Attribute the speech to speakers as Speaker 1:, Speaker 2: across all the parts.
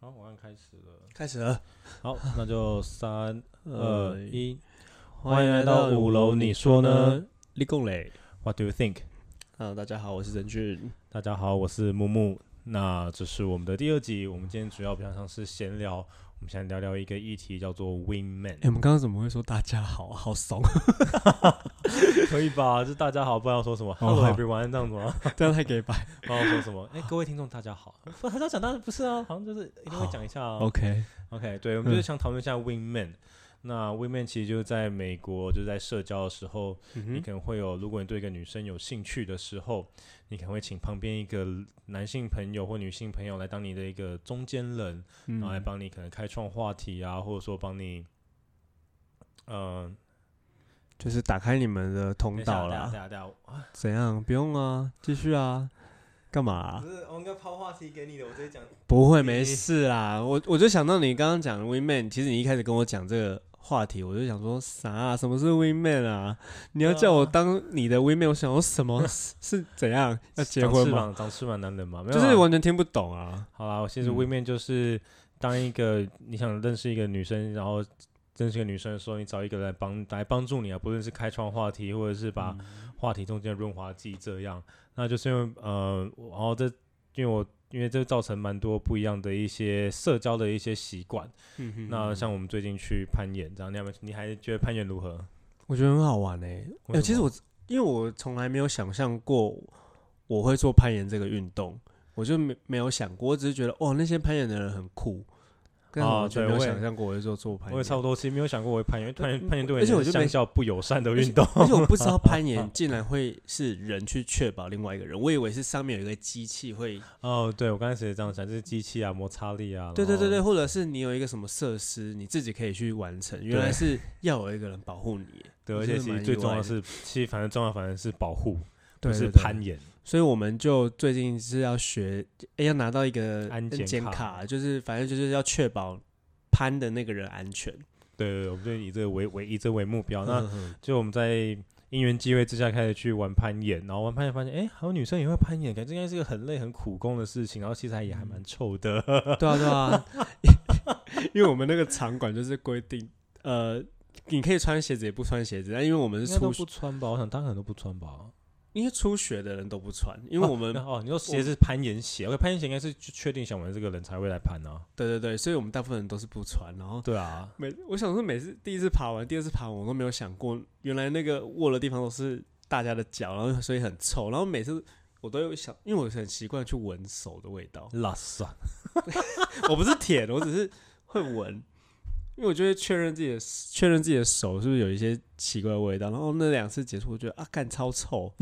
Speaker 1: 好，我按开始了。
Speaker 2: 开始了，
Speaker 1: 好，那就三二
Speaker 2: 哎
Speaker 1: 一，
Speaker 2: 欢迎来到五楼，你说呢？？立贡磊。
Speaker 1: What do you think？
Speaker 2: Hello，大家好，我是任俊。
Speaker 1: 大家好，我是木木。那这是我们的第二集，我们今天主要比较像是闲聊，我们想聊聊一个议题叫做 Wingman，
Speaker 2: 哎、我们刚刚怎么会说大家好好怂？
Speaker 1: 可以吧？就大家好，不知道说什 么
Speaker 2: 好
Speaker 1: ，Hello everyone 这样子吗？
Speaker 2: 这样太给白。
Speaker 1: 不知道说 什么？哎，各位听众大家好，不，他要讲，当然不是啊，好像就是一定会讲一下啊。
Speaker 2: 哦 OK，
Speaker 1: OK，对，我们就是想讨论一下 Wingman。那 Wingman 其实就是在美国，就是在社交的时候，你
Speaker 2: 嗯
Speaker 1: 可能会有，如果你对一个女生有兴趣的时候，你可能会请旁边一个男性朋友或女性朋友来当你的一个中间人，然后来
Speaker 2: 哼，
Speaker 1: 帮你可能开创话题啊，或者说帮你，呃，
Speaker 2: 就是打开你们
Speaker 1: 等
Speaker 2: 的
Speaker 1: 一
Speaker 2: 通
Speaker 1: 下
Speaker 2: 道
Speaker 1: 等一下
Speaker 2: 啦。啊
Speaker 1: 等一下等一下，
Speaker 2: 怎样？不用啊，继续啊。干嘛啊、
Speaker 1: 是我应该抛话题给你的，我直接讲。
Speaker 2: 不会，
Speaker 1: 你
Speaker 2: 没事啦。我我就想到你刚刚讲 Winman，其实你一开始跟我讲这个话题，我就想说啥、啊？什么是 Winman 啊？你要叫我当你的 Winman，我想说什么 是是怎样？要结
Speaker 1: 长
Speaker 2: 婚
Speaker 1: 翅
Speaker 2: 吗？
Speaker 1: 膀，长翅膀男人嘛，没有啊
Speaker 2: 就
Speaker 1: 啦
Speaker 2: 是完全听不懂啊。
Speaker 1: 好啦，其实
Speaker 2: 嗯
Speaker 1: women 就是当一个你想认识一个女生，然后认识一个女生的时候，你找一个人来帮来帮助你啊，不论是开创话题，或者是把话题中间的润滑剂这样。那就是因为呃，我然后这因为我因为这造成蛮多不一样的一些社交的一些习惯。
Speaker 2: 嗯哼
Speaker 1: 那像我们最近去攀岩，这样你还没你还觉得攀岩如何？
Speaker 2: 我觉得很好玩诶、
Speaker 1: 为
Speaker 2: 哎、
Speaker 1: 什
Speaker 2: 其实
Speaker 1: 么
Speaker 2: 我因为我从来没有想象过我会做攀岩这个运动，我就没没有想过，我只是觉得哦，那些攀岩的人很酷，但是
Speaker 1: 哦
Speaker 2: 我就
Speaker 1: 对
Speaker 2: 没有
Speaker 1: 我也
Speaker 2: 想象过我会做做攀
Speaker 1: 哦我也
Speaker 2: 岩。
Speaker 1: 差不多，其实没有想过我会攀岩，因为攀岩
Speaker 2: 嗯
Speaker 1: 攀岩对我
Speaker 2: 而且
Speaker 1: 来
Speaker 2: 我
Speaker 1: 讲
Speaker 2: 就是没
Speaker 1: 相较不友善的运动。
Speaker 2: 而且我不知道攀岩竟然会是人去确保另外一个人，我以为是上面有一个机器会，
Speaker 1: 哦，对，我刚开始也这样想，就是机器啊、摩擦力啊。
Speaker 2: 对对
Speaker 1: 然后
Speaker 2: 对对，或者是你有一个什么设施，你自己可以去完成，原来是要有一个人保护你。
Speaker 1: 对，
Speaker 2: 我
Speaker 1: 而且
Speaker 2: 觉得
Speaker 1: 其实
Speaker 2: 蛮
Speaker 1: 最
Speaker 2: 意
Speaker 1: 重要的
Speaker 2: 外的
Speaker 1: 是，其实反正重要反正是保护，
Speaker 2: 对
Speaker 1: 不是
Speaker 2: 对对
Speaker 1: 攀岩。
Speaker 2: 所以我们就最近是要学，诶要拿到一个
Speaker 1: 安检卡
Speaker 2: 卡，就是反正就是要确保攀的那个人安全。
Speaker 1: 对对对，我们就以这个为为以这个为目标。那
Speaker 2: 嗯嗯
Speaker 1: 就我们在因缘机会之下开始去玩攀岩，然后玩攀岩发现，哎，还有女生也会攀岩，感觉应该是个很累很苦工的事情，然后器材也还蛮臭的。
Speaker 2: 对啊对啊， 因为我们那个场馆就是规定，呃，你可以穿鞋子也不穿鞋子，但因为我们
Speaker 1: 应
Speaker 2: 是
Speaker 1: 该 都
Speaker 2: 初
Speaker 1: 不穿吧？我想当然都不穿吧，
Speaker 2: 因为初学的人都不穿，因为我们、
Speaker 1: 啊哦，你说鞋是攀岩鞋，OK，攀岩鞋应该是去确定想玩这个人才会来攀啊。
Speaker 2: 对对对，所以我们大部分人都是不穿。然后
Speaker 1: 对啊，，
Speaker 2: 每我想说每次第一次爬完，第二次爬完，我都没有想过，原来那个握的地方都是大家的脚，然后所以很臭。然后每次我都有想，因为我很习惯去闻手的味道
Speaker 1: 拉萨
Speaker 2: 我不是舔，我只是会闻。因为我就会确认自己的确认自己的手是不是有一些奇怪的味道，然后那两次结束，我觉得啊，干 超臭，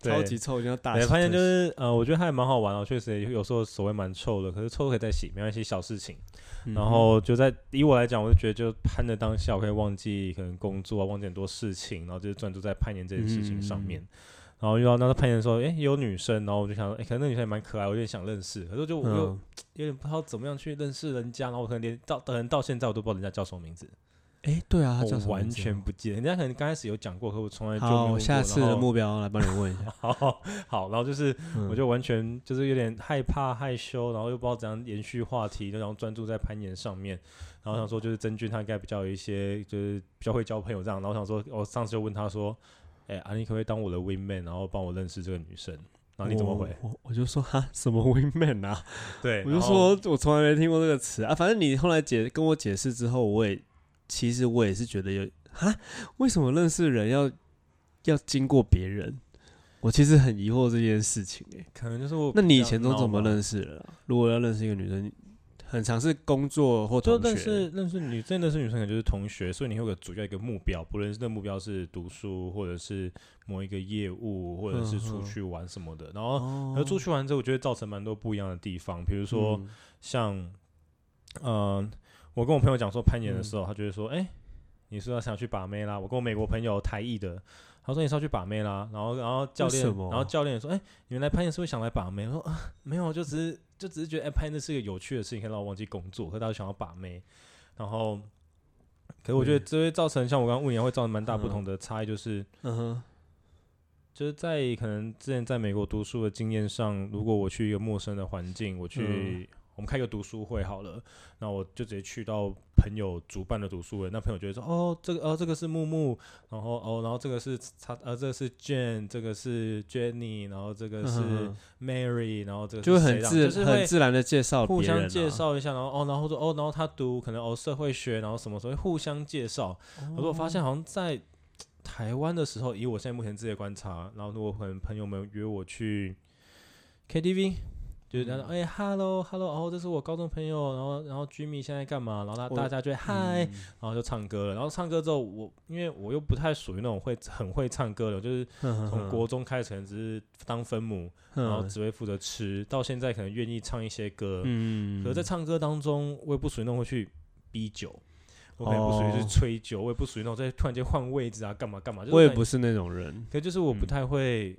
Speaker 1: 对
Speaker 2: 超级臭，一定要大
Speaker 1: 对，
Speaker 2: 洗
Speaker 1: 发现
Speaker 2: 特
Speaker 1: 就
Speaker 2: 洗
Speaker 1: 是呃，我觉得还蛮好玩哦，确实也有时候手会蛮臭的，可是臭可以再洗，没关系，小事情。
Speaker 2: 嗯
Speaker 1: 然后就在以我来讲，我就觉得就攀的当下，我可以忘记可能工作啊，忘记很多事情，然后就是专注在攀岩这件事情上面。
Speaker 2: 嗯
Speaker 1: 然后遇到那个攀岩的时候，哎，有女生，然后我就想说，哎，可能那女生也蛮可爱，我有点想认识，可是我就我又
Speaker 2: 嗯，
Speaker 1: 有点不知道怎么样去认识人家，然后我可能连到可能到现在我都不知道人家叫什么名字，
Speaker 2: 哎、对啊，他叫
Speaker 1: 我
Speaker 2: 什么
Speaker 1: 完
Speaker 2: 名字
Speaker 1: 全不记得。人家可能刚开始有讲过，可我从来就没有问
Speaker 2: 好，
Speaker 1: 过。
Speaker 2: 下次
Speaker 1: 然
Speaker 2: 的
Speaker 1: 后
Speaker 2: 目标来帮你问一 下。
Speaker 1: 好好，然后就是
Speaker 2: 嗯
Speaker 1: 我就完全就是有点害怕害羞，然后又不知道怎样延续话题，然后专注在攀岩上面，然后想说就是真君他应该比较有一些就是比较会交朋友这样，然后想说我上次就问他说，哎、啊你可不可以当我的 win man，然后帮我认识这个女生，然后你怎么回？
Speaker 2: 我我我就说哈，什么 women 啊？
Speaker 1: 对，
Speaker 2: 哦我
Speaker 1: 然
Speaker 2: 就
Speaker 1: 后
Speaker 2: 说我从来没听过这个词啊。反正你后来解跟我解释之后，我也其实我也是觉得有哈，为什么认识人要要经过别人？我其实很疑惑这件事情哎、
Speaker 1: 可能就是我，
Speaker 2: 那你以前都怎么
Speaker 1: 识？
Speaker 2: 认识人啊？如果要认识一个女生，很常是工作或
Speaker 1: 就
Speaker 2: 同学，
Speaker 1: 认识认识女，真的认识女生可能就是同学，所以你会有个主要一个目标，不论是那目标是读书，或者是某一个业务，或者是出
Speaker 2: 嗯嗯
Speaker 1: 去玩什么的，然后。
Speaker 2: 哦
Speaker 1: 而出去玩之后，我觉得造成蛮多不一样的地方，比如说
Speaker 2: 嗯
Speaker 1: 像，呃，我跟我朋友讲说攀岩的
Speaker 2: 嗯
Speaker 1: 时候，他就会说，哎、你是要想去把妹啦？我跟我美国朋友台裔的，他说你是要去把妹啦，然后然后教
Speaker 2: 为
Speaker 1: 练，
Speaker 2: 什么
Speaker 1: 然后教练也说，哎、你们来攀岩是会想来把妹？我说啊，没有，就只是就只是觉得哎、攀岩是个有趣的事情，可以让我忘记工作，可是大家想要把妹，然后。可是我觉得这会造成，像我刚刚问你，会造成蛮大不同的差异，就是、
Speaker 2: 嗯哼，
Speaker 1: 就是
Speaker 2: 嗯
Speaker 1: 在可能之前在美国读书的经验上，如果我去一个陌生的环境，我去、我们开个读书会好了。那我就直接去到朋友主办的读书会，那朋友就会说，哦，这个哦，这个是木木，然后哦，然后这个是他，呃，这个是 Jane，这个是 Jenny，然后这个是
Speaker 2: 嗯
Speaker 1: Mary，然后这个
Speaker 2: 就是
Speaker 1: 谁
Speaker 2: 很
Speaker 1: 啦
Speaker 2: 自、
Speaker 1: 就是会
Speaker 2: 很自然的介绍别
Speaker 1: 互
Speaker 2: 人、啊，
Speaker 1: 相介绍一下，然后哦，然后说哦，然后他读可能哦社会学，然后什么时候互相介绍。可是我发
Speaker 2: 哦
Speaker 1: 现好像在台湾的时候，以我现在目前自己的观察，然后如果可能朋友们约我去 KTV。就是他说，
Speaker 2: 嗯
Speaker 1: 哎、h e l l o h e l l o 哦，这是我高中朋友，然后，然后 Jimmy 现在干嘛？然后大
Speaker 2: 我嗯
Speaker 1: 大家就会嗨、然后就唱歌了。然后唱歌之后，我因为我又不太属于那种会很会唱歌的，我就是
Speaker 2: 嗯，
Speaker 1: 从国中开始，可能只是当分母，然后
Speaker 2: 嗯
Speaker 1: 只会负责吃，到现在可能愿意唱一些歌，
Speaker 2: 嗯，
Speaker 1: 可是在唱歌当中，我也不属于那种会去逼酒，我可能不属于
Speaker 2: 哦
Speaker 1: 是吹酒，我也不属于那种在突然间换位置啊，干嘛干嘛。就是
Speaker 2: 我也
Speaker 1: 在
Speaker 2: 不，是那种人，
Speaker 1: 可就是我不
Speaker 2: 嗯
Speaker 1: 太会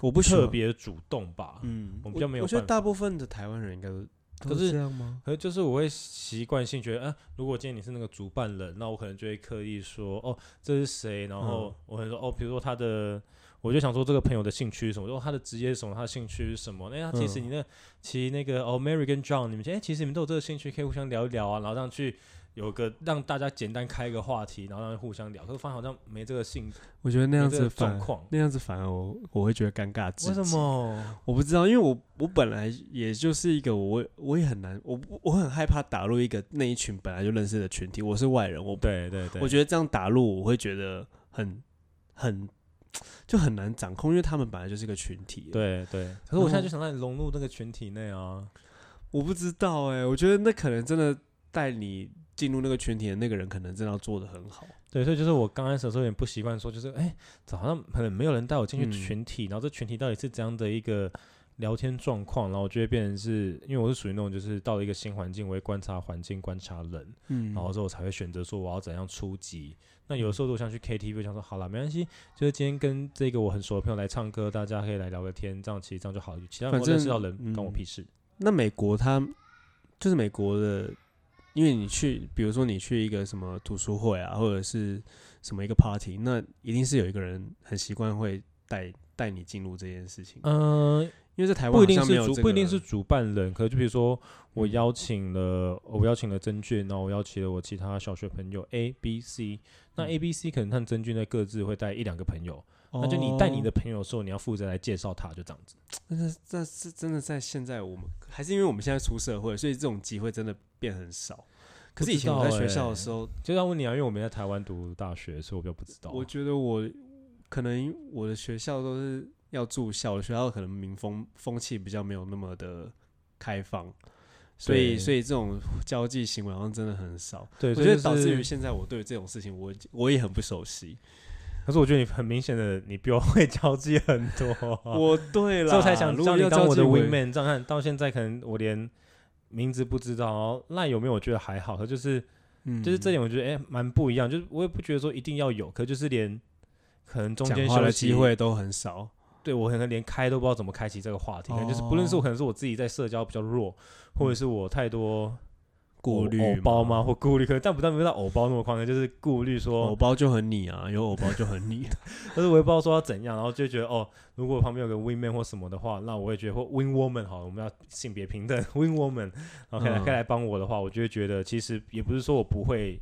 Speaker 2: 我不喜欢
Speaker 1: 特，别主动吧。
Speaker 2: 嗯，
Speaker 1: 我比较没有
Speaker 2: 我觉得
Speaker 1: 办
Speaker 2: 大部分的台湾人应该都
Speaker 1: 可
Speaker 2: 都
Speaker 1: 是
Speaker 2: 这样吗？
Speaker 1: 可是就是我会习惯性觉得，啊，如果今天你是那个主办人，那我可能就会刻意说，哦，这是谁？然后
Speaker 2: 嗯
Speaker 1: 我可能说，哦，比如说他的，我就想说这个朋友的兴趣是什么，说哦他的职业是什么，他的兴趣是什么？那他其实
Speaker 2: 嗯
Speaker 1: 你那、其实那个哦，Mary 跟 John，你们哎、其实你们都有这个兴趣，可以互相聊一聊啊，然后这样去有个让大家简单开一个话题，然后让互相聊。可是发现好像没这个兴，
Speaker 2: 我觉得那
Speaker 1: 没
Speaker 2: 样
Speaker 1: 这个
Speaker 2: 子
Speaker 1: 状
Speaker 2: 反
Speaker 1: 况。
Speaker 2: 那样子反而我我会觉得尴尬至
Speaker 1: 为什
Speaker 2: 极？
Speaker 1: 么？
Speaker 2: 我不知道，因为我我本来也就是一个我我也很难，我我很害怕打入一个那一群本来就认识的群体，我是外人，我
Speaker 1: 对对对，
Speaker 2: 我觉得这样打入我会觉得很很就很难掌控，因为他们本来就是一个群体，
Speaker 1: 得，对对。可是我现在
Speaker 2: 然后
Speaker 1: 就想让你融入那个群体内啊。
Speaker 2: 我不知道哎、我觉得那可能真的带你进入那个群体的那个人，可能真的要做的很好。
Speaker 1: 对，所以就是我刚开始的时候有点不习惯，说就是哎，这好像很没有人带我进去
Speaker 2: 嗯
Speaker 1: 群体，然后这群体到底是怎样的一个聊天状况，然后我就会变成是因为我是属于那种就是到了一个新环境，我会观察环境、观察人，
Speaker 2: 嗯
Speaker 1: 然后之后我才会选择说我要怎样出击。那有的时候如果想去 KTV，我想说好了，没关系，就是今天跟这个我很熟的朋友来唱歌，大家可以来聊个天，这样其实这样就好了。其他人
Speaker 2: 反
Speaker 1: 我认识
Speaker 2: 正
Speaker 1: 到人关我
Speaker 2: 嗯
Speaker 1: 屁事。
Speaker 2: 那美国它就是美国的，因为你去，比如说你去一个什么读书会啊，或者是什么一个 party，那一定是有一个人很习惯会带带你进入这件事情，
Speaker 1: 嗯，
Speaker 2: 因为在台湾
Speaker 1: 不一定
Speaker 2: 好像
Speaker 1: 是
Speaker 2: 没有
Speaker 1: 主
Speaker 2: 这
Speaker 1: 不一定
Speaker 2: 个
Speaker 1: 是主办人，可能就比如说我
Speaker 2: 嗯
Speaker 1: 邀请了我邀请了曾俊，然后我邀请了我其他小学朋友 A、B、C，那
Speaker 2: 嗯
Speaker 1: A、B、C 可能和曾俊呢各自会带一两个朋友，那就你带你的
Speaker 2: 哦
Speaker 1: 朋友的时候，你要负责来介绍他，就这样子。
Speaker 2: 但是但是真的在现在我们还是因为我们现在出社会，所以这种机会真的变很少。可是以前我
Speaker 1: 不知
Speaker 2: 在
Speaker 1: 道
Speaker 2: 学校
Speaker 1: 欸
Speaker 2: 的时候，
Speaker 1: 就要问你啊，因为我没在台湾读大学，所以我比较不知道。啊
Speaker 2: 我觉得我可能我的学校都是要住校，学校可能民风风气比较没有那么的开放，所以
Speaker 1: 对
Speaker 2: 所以这种交际行为好像真的很少。
Speaker 1: 对，
Speaker 2: 我
Speaker 1: 所以
Speaker 2: 觉得
Speaker 1: 就
Speaker 2: 导致于
Speaker 1: 是，
Speaker 2: 现在我对这种事情我我也很不熟悉。
Speaker 1: 可是我觉得你很明显的，你比我会交际很多。啊
Speaker 2: 我对了，
Speaker 1: 所以我才想
Speaker 2: 如
Speaker 1: 叫
Speaker 2: 果
Speaker 1: 你
Speaker 2: 要
Speaker 1: 当
Speaker 2: 交
Speaker 1: 我
Speaker 2: 际
Speaker 1: 的
Speaker 2: 为
Speaker 1: wingman，这样看到现在可能我连名字不知道，然后赖有没有我觉得还好，他就是。
Speaker 2: 嗯
Speaker 1: 就是这点我觉得哎蛮、不一样，就是我也不觉得说一定要有，可就是连可能中
Speaker 2: 讲
Speaker 1: 间
Speaker 2: 话
Speaker 1: 休
Speaker 2: 的
Speaker 1: 息
Speaker 2: 机，会都很少。
Speaker 1: 对我可能连开都不知道怎么开启这个话题，可能就是不
Speaker 2: 哦
Speaker 1: 论是我可能是我自己在社交比较弱，或者是我太多
Speaker 2: 嗯顾
Speaker 1: 偶
Speaker 2: 虑
Speaker 1: 偶包
Speaker 2: 嘛
Speaker 1: 吗？或顾虑，可能但不但没有到偶包那么夸张，就是顾虑
Speaker 2: 偶
Speaker 1: 说，
Speaker 2: 包就很你啊，有偶包就很 你。
Speaker 1: 但是我也不知道说要怎样，然后就觉得哦，如果旁边有个 win man 或什么的话，那我也觉得或 win woman 好了，我们要性别平等 win woman，然后可以来、
Speaker 2: 嗯
Speaker 1: 可以来帮我的话，我就会觉得其实也不是说我不会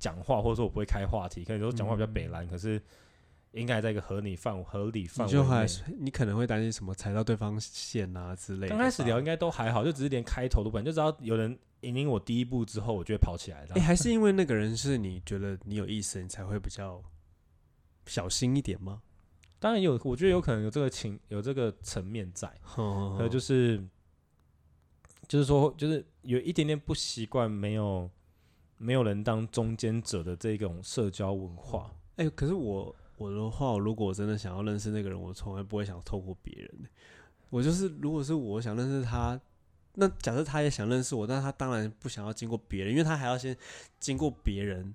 Speaker 1: 讲话，或者说我不会开话题，可能说讲话比较北蓝，可是应该在一个合理范合理范
Speaker 2: 你
Speaker 1: 围
Speaker 2: 就还
Speaker 1: 内。
Speaker 2: 是你可能会担心什么踩到对方线啊之类的吧。
Speaker 1: 刚开始聊应该都还好，就只是连开头都不敢，就只要有人引领我第一步之后，我就会跑起来。这
Speaker 2: 哎、
Speaker 1: 样
Speaker 2: 还是因为那个人是你觉得你有意思，你才会比较小心一点吗？
Speaker 1: 当然有，我觉得有可能有这个情有这个层面在。还有
Speaker 2: 哦，
Speaker 1: 就是，就是说，就是有一点点不习惯没有没有人当中间者的这种社交文化。
Speaker 2: 哎、可是我我的话，如果我真的想要认识那个人，我从来不会想透过别人、我就是，如果是我想认识他，那假设他也想认识我，但他当然不想要经过别人，因为他还要先经过别人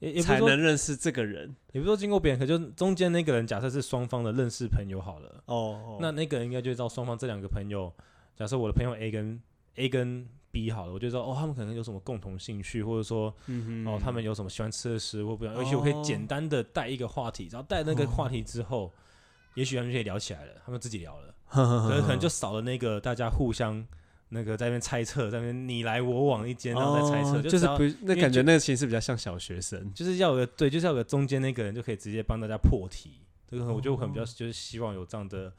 Speaker 1: 也也不是
Speaker 2: 才
Speaker 1: 说，
Speaker 2: 能认识这个人。
Speaker 1: 也不是说经过别人，可就中间那个人，假设是双方的认识朋友好了，
Speaker 2: 哦，
Speaker 1: 那那个人应该就知道双方这两个朋友，假设我的朋友 A 跟 A 跟 B 好了，我就知道哦，他们可能有什么共同兴趣，或者说
Speaker 2: 嗯哼
Speaker 1: 哦，他们有什么喜欢吃的食物或不一样，而且我可以简
Speaker 2: 哦
Speaker 1: 单的带一个话题，然后带那个
Speaker 2: 哦
Speaker 1: 话题之后，也许他们就可以聊起来了，他们自己聊了。
Speaker 2: 呵呵
Speaker 1: 可
Speaker 2: 呵呵
Speaker 1: 能可能就少了那个大家互相那个在那边猜测，在那边你来我往一间，然后再猜测，
Speaker 2: 哦
Speaker 1: 就
Speaker 2: 就是是
Speaker 1: 要
Speaker 2: 不那
Speaker 1: 因为
Speaker 2: 感
Speaker 1: 就
Speaker 2: 觉那个形式比较像小学生，
Speaker 1: 就是要有个对，就是要有个中间那个人就可以直接帮大家破题。这个我觉得我可能比较
Speaker 2: 哦
Speaker 1: 就是希望有这样的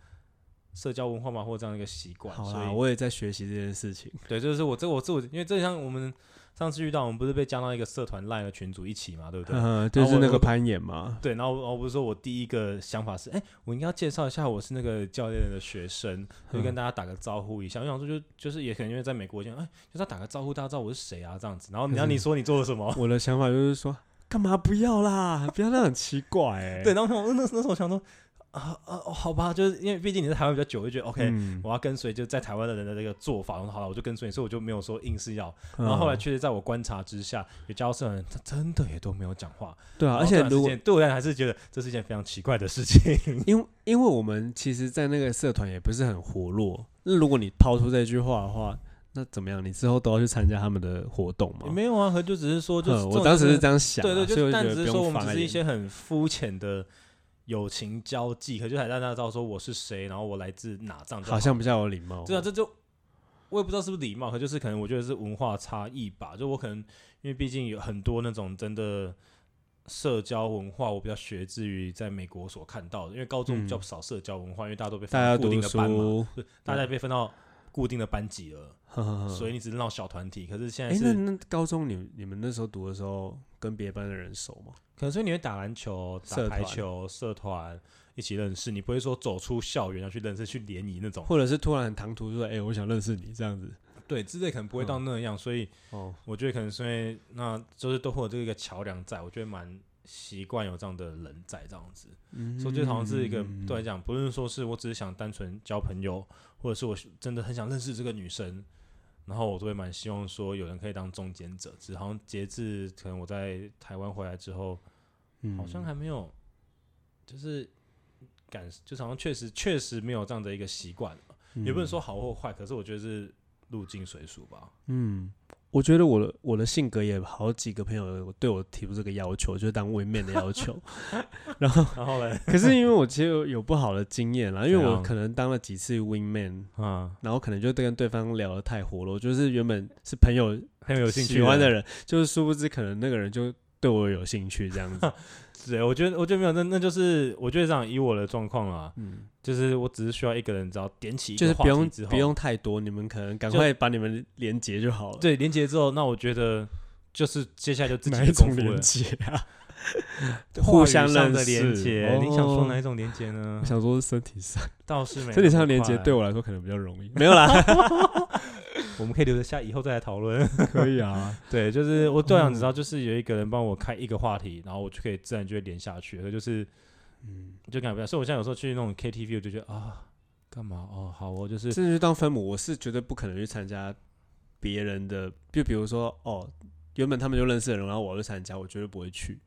Speaker 1: 社交文化嘛，或者这样的一个习惯。
Speaker 2: 好
Speaker 1: 所
Speaker 2: 啦，
Speaker 1: 以
Speaker 2: 我也在学习这件事情。
Speaker 1: 对，这就是我这我这我，因为这像我们上次遇到，我们不是被加到一个社团 LINE 的群组一起嘛，对不对？
Speaker 2: 嗯，就
Speaker 1: 然后
Speaker 2: 是
Speaker 1: 我
Speaker 2: 那
Speaker 1: 我
Speaker 2: 个攀岩 嘛。
Speaker 1: 对，然后我我不是说我第一个想法是，哎，我应该要介绍一下我是那个教练的学生，
Speaker 2: 嗯
Speaker 1: 就跟大家打个招呼一下。我想说就就是也可能因为在美国，就哎，就是要打个招呼，大家知道我是谁啊这样子。然后你
Speaker 2: 可
Speaker 1: 要
Speaker 2: 是
Speaker 1: 你说你做了什 么？
Speaker 2: 我的想法就是说，干嘛不要啦？ 不要那很奇怪 哎、
Speaker 1: 对，然后我那那时候我想说啊啊，哦好吧，就是因为毕竟你在台湾比较久，就觉得 OK，、
Speaker 2: 嗯
Speaker 1: 我要跟随就在台湾的人的这个做法，然后好了，我就跟随，所以我就没有说硬是要。然后后来
Speaker 2: 嗯
Speaker 1: 确实在我观察之下，有交涉的人他真的也都没有讲话，
Speaker 2: 对啊，
Speaker 1: 然
Speaker 2: 而
Speaker 1: 后
Speaker 2: 且
Speaker 1: 这段时
Speaker 2: 如果
Speaker 1: 间对我来讲还是觉得这是一件非常奇怪的事情。
Speaker 2: 因为因为我们其实，在那个社团也不是很活络。那如果你抛出这句话的话，那怎么样？你之后都要去参加他们的活动吗？
Speaker 1: 没有啊，和就只是说，就是
Speaker 2: 嗯
Speaker 1: 这
Speaker 2: 我
Speaker 1: 种
Speaker 2: 当时是
Speaker 1: 就
Speaker 2: 这样想、啊，
Speaker 1: 对对，
Speaker 2: 所以
Speaker 1: 就
Speaker 2: 我
Speaker 1: 但
Speaker 2: 觉得
Speaker 1: 只是
Speaker 2: 不
Speaker 1: 说
Speaker 2: 用
Speaker 1: 我们
Speaker 2: 放
Speaker 1: 只
Speaker 2: 在
Speaker 1: 是一
Speaker 2: 眼
Speaker 1: 些很肤浅的友情交际，可就还让大家知道说我是谁，然后我来自哪这样就
Speaker 2: 好像比较有礼貌。
Speaker 1: 对啊，这就我也不知道是不是礼貌，可就是可能我觉得是文化差异吧。就我可能因为毕竟有很多那种真的社交文化，我比较学之于在美国所看到的，因为高中比较
Speaker 2: 嗯
Speaker 1: 少社交文化，因为大家都被分
Speaker 2: 大家
Speaker 1: 到固
Speaker 2: 读
Speaker 1: 定的班嘛，
Speaker 2: 书，
Speaker 1: 对大家被分到固定的班级了，所
Speaker 2: 所
Speaker 1: 以你只是闹小团体。可是现
Speaker 2: 哎、
Speaker 1: 在
Speaker 2: 嗯诶那
Speaker 1: 是，
Speaker 2: 那高中你你们那时候读的时候，跟别班的人熟吗？
Speaker 1: 可能所以你会打篮球、打
Speaker 2: 社
Speaker 1: 排
Speaker 2: 团
Speaker 1: 球、社团一起认识，你不会说走出校园要去认识、去联谊那种，
Speaker 2: 或者是突然很唐突说，哎、我想认识你这样子？
Speaker 1: 对之类可能不会到那样，所以。
Speaker 2: 哦，
Speaker 1: 我觉得可能是因为那就是都会有这个桥梁在，我觉得蛮习惯有这样的人在这样子，
Speaker 2: 嗯
Speaker 1: 所以我觉得好像是一个对我来讲，不论说是我只是想单纯交朋友，或者是我真的很想认识这个女生，然后我都会蛮希望说有人可以当中间者，只是好像截至可能我在台湾回来之后，
Speaker 2: 嗯
Speaker 1: 好像还没有，就是感就是好像确实确实没有这样的一个习惯，
Speaker 2: 嗯
Speaker 1: 也不能说好或坏，可是我觉得是入境随俗吧。
Speaker 2: 嗯，我觉得我的我的性格也好几个朋友对我提出这个要求，就是当 w 面的要 求。 然后，
Speaker 1: 然后嘞，
Speaker 2: 可是因为我其实有有不好的经验啦，因为
Speaker 1: 怎
Speaker 2: 我
Speaker 1: 样
Speaker 2: 可能当了几次 wing man，
Speaker 1: 啊，
Speaker 2: 然后可能就跟对方聊得太活络，就是原本是朋友
Speaker 1: 很有兴趣
Speaker 2: 喜欢的人，就是殊不知可能那个人就对我有兴趣 这样子。
Speaker 1: 对，我觉得我觉得没有，那那就是我觉得这样以我的状况啊，
Speaker 2: 嗯，
Speaker 1: 就是我只是需要一个人，只要点起一
Speaker 2: 就
Speaker 1: 个
Speaker 2: 是
Speaker 1: 话
Speaker 2: 不用
Speaker 1: 题之后，
Speaker 2: 不用太多，你们可能赶
Speaker 1: 就
Speaker 2: 快把你们连接就好了。，
Speaker 1: 对连接之后，那我觉得就是接下来就自己
Speaker 2: 哪
Speaker 1: 的
Speaker 2: 一
Speaker 1: 功
Speaker 2: 种
Speaker 1: 夫
Speaker 2: 连
Speaker 1: 了，
Speaker 2: 接啊？
Speaker 1: 话
Speaker 2: 互
Speaker 1: 语
Speaker 2: 相
Speaker 1: 上
Speaker 2: 认
Speaker 1: 的连
Speaker 2: 识
Speaker 1: 接，你想说
Speaker 2: 哦
Speaker 1: 哪一种连接呢
Speaker 2: 我？想说是身体上，
Speaker 1: 倒是没，
Speaker 2: 身体上的连接
Speaker 1: 啊
Speaker 2: 对，我来说可能比较容易。没有啦，
Speaker 1: 我们可以留着下以后再来讨论。
Speaker 2: 可以啊。
Speaker 1: 对，就是我都
Speaker 2: 哦
Speaker 1: 想知道，就是有一个人帮我开一个话题，然后我就可以自然就会连下去，可就是
Speaker 2: 嗯，
Speaker 1: 就感觉不到。所以我现在有时候去那种 KTV，我就觉得啊，干嘛哦，好哦，就是
Speaker 2: 甚至就当分母，我是绝对不可能去参加别人的，就比如说哦，原本他们就认识的人，然后我要去参加，我绝对不会去。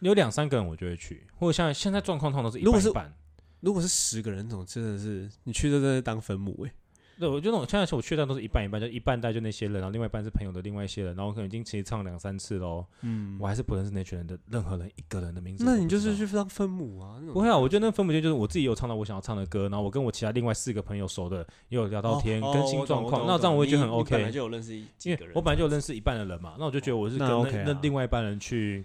Speaker 1: 有两三个人我就会去，或者像现在状况通常都是一
Speaker 2: 如果
Speaker 1: 半
Speaker 2: 是
Speaker 1: 一半。
Speaker 2: 如果是十个人，那种真的是你去这真的是当分母哎、
Speaker 1: 对，我就那种现在我去的都是一半一半，就一半带就那些人，然后另外一半是朋友的另外一些人，然后我可能已经其实唱两三次喽，
Speaker 2: 嗯
Speaker 1: 我还是不认识那群人的任何人一个人的名字。
Speaker 2: 那
Speaker 1: 我
Speaker 2: 你
Speaker 1: 不
Speaker 2: 就
Speaker 1: 知
Speaker 2: 是
Speaker 1: 道
Speaker 2: 去当分母啊，那
Speaker 1: 不
Speaker 2: 种
Speaker 1: 会啊，我觉得那分不清就是我自己有唱到我想要唱的歌，然后我跟我其他另外四个朋友熟的也有聊到天、
Speaker 2: 哦
Speaker 1: 更
Speaker 2: 哦
Speaker 1: 新
Speaker 2: 我懂
Speaker 1: 状
Speaker 2: 我
Speaker 1: 况，
Speaker 2: 懂
Speaker 1: 那这样我也觉得很
Speaker 2: 你你本来
Speaker 1: OK，
Speaker 2: 就有认识
Speaker 1: 因
Speaker 2: 几个
Speaker 1: 为
Speaker 2: 人，
Speaker 1: 我本来就有认识一半的人嘛，那我就觉得我是跟
Speaker 2: 那
Speaker 1: 那
Speaker 2: OK 啊
Speaker 1: 那另外一半人去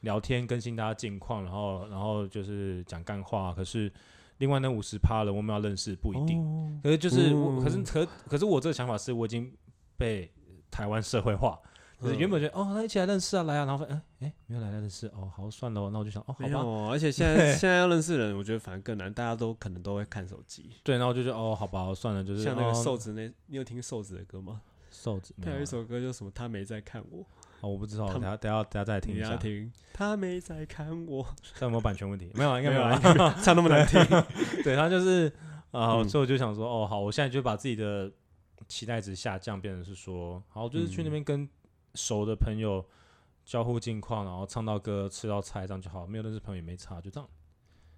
Speaker 1: 聊天，更新大家近况，然后然后就是讲干话，啊可是另外那五十趴人我们要认识不一定。
Speaker 2: 定。
Speaker 1: 可是就是我，可是
Speaker 2: 哦嗯
Speaker 1: 可可是我这个想法是我已经被台湾社会化，就是
Speaker 2: 嗯
Speaker 1: 原本觉得哦，那一起来认识啊，来啊，然后发现哎哎没有来认识哦，好算了哦，那我就想哦好
Speaker 2: 没有
Speaker 1: 吧，
Speaker 2: 哦，而且现
Speaker 1: 对
Speaker 2: 在 现在要认识人，我觉得反而更难，大家都可能都会看手机。
Speaker 1: 对，然后就觉得哦好吧，算了，就是
Speaker 2: 像那个
Speaker 1: 哦
Speaker 2: 瘦子那，你有听瘦子的歌吗？
Speaker 1: 瘦子没
Speaker 2: 他
Speaker 1: 有
Speaker 2: 有
Speaker 1: 啊
Speaker 2: 一首歌叫什么？他没在看我，
Speaker 1: 哦我不知道，
Speaker 2: 他
Speaker 1: 等下等下等下再来听
Speaker 2: 你
Speaker 1: 一
Speaker 2: 要
Speaker 1: 下，
Speaker 2: 听。他没在看我，
Speaker 1: 看有没有版权问题？没有啊，应该没
Speaker 2: 没
Speaker 1: 有
Speaker 2: 有
Speaker 1: 啊
Speaker 2: 啊，唱那么 难听。
Speaker 1: 对他就是啊，
Speaker 2: 嗯
Speaker 1: 所以我就想说哦好，我现在就把自己的期待值下降，变成是说好，就是去那
Speaker 2: 嗯
Speaker 1: 边跟熟的朋友。交互近况，然后唱到歌、吃到菜，这样就好。没有认识朋友也没差，就这样。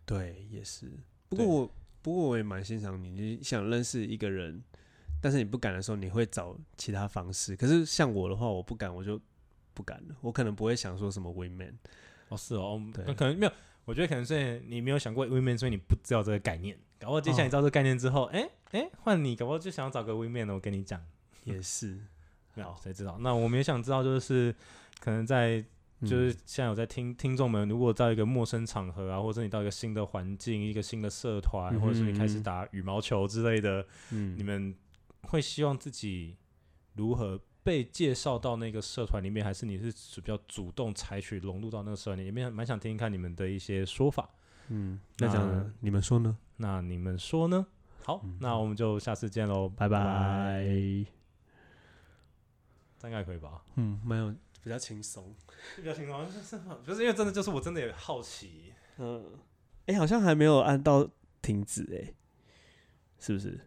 Speaker 2: 对，也是。不过
Speaker 1: 对
Speaker 2: 我不过我也蛮欣赏你，你想认识一个人，但是你不敢的时候，你会找其他方式。可是像我的话，我不敢，我就不敢了。我可能不会想说什么 women。
Speaker 1: 哦，是哦，嗯
Speaker 2: 对
Speaker 1: 那可能没有，我觉得可能是你没有想过 women，所以你不知道这个概念。搞不好接下来
Speaker 2: 哦
Speaker 1: 你知道这个概念之后，哎、哎，换、你，搞不好就想要找个 women 了。我跟你讲，
Speaker 2: 也是，好
Speaker 1: 谁知道？那我们也想知道，就是可能在
Speaker 2: 嗯
Speaker 1: 就是现在有在听听众们，如果到一个陌生场合啊，或者你到一个新的环境、一个新的社团，
Speaker 2: 嗯哼
Speaker 1: 或者是你开
Speaker 2: 嗯
Speaker 1: 始
Speaker 2: 哼
Speaker 1: 打羽毛球之类的，
Speaker 2: 嗯
Speaker 1: 你们会希望自己如何被介绍到那个社团里面，还是你是属比较主动采取融入到那个社团里面？蛮想听听看你们的一些说法，
Speaker 2: 嗯，那讲呢？你们说呢？
Speaker 1: 那你们说呢？好，那我们就下次见喽，
Speaker 2: 嗯拜拜。
Speaker 1: 大概可以吧？
Speaker 2: 嗯，蛮有比较轻松。
Speaker 1: 比较情况就是 就是因为真的就是我真的也好奇，
Speaker 2: 嗯，哎、好像还没有按到停止哎、是不是？
Speaker 1: 哦啊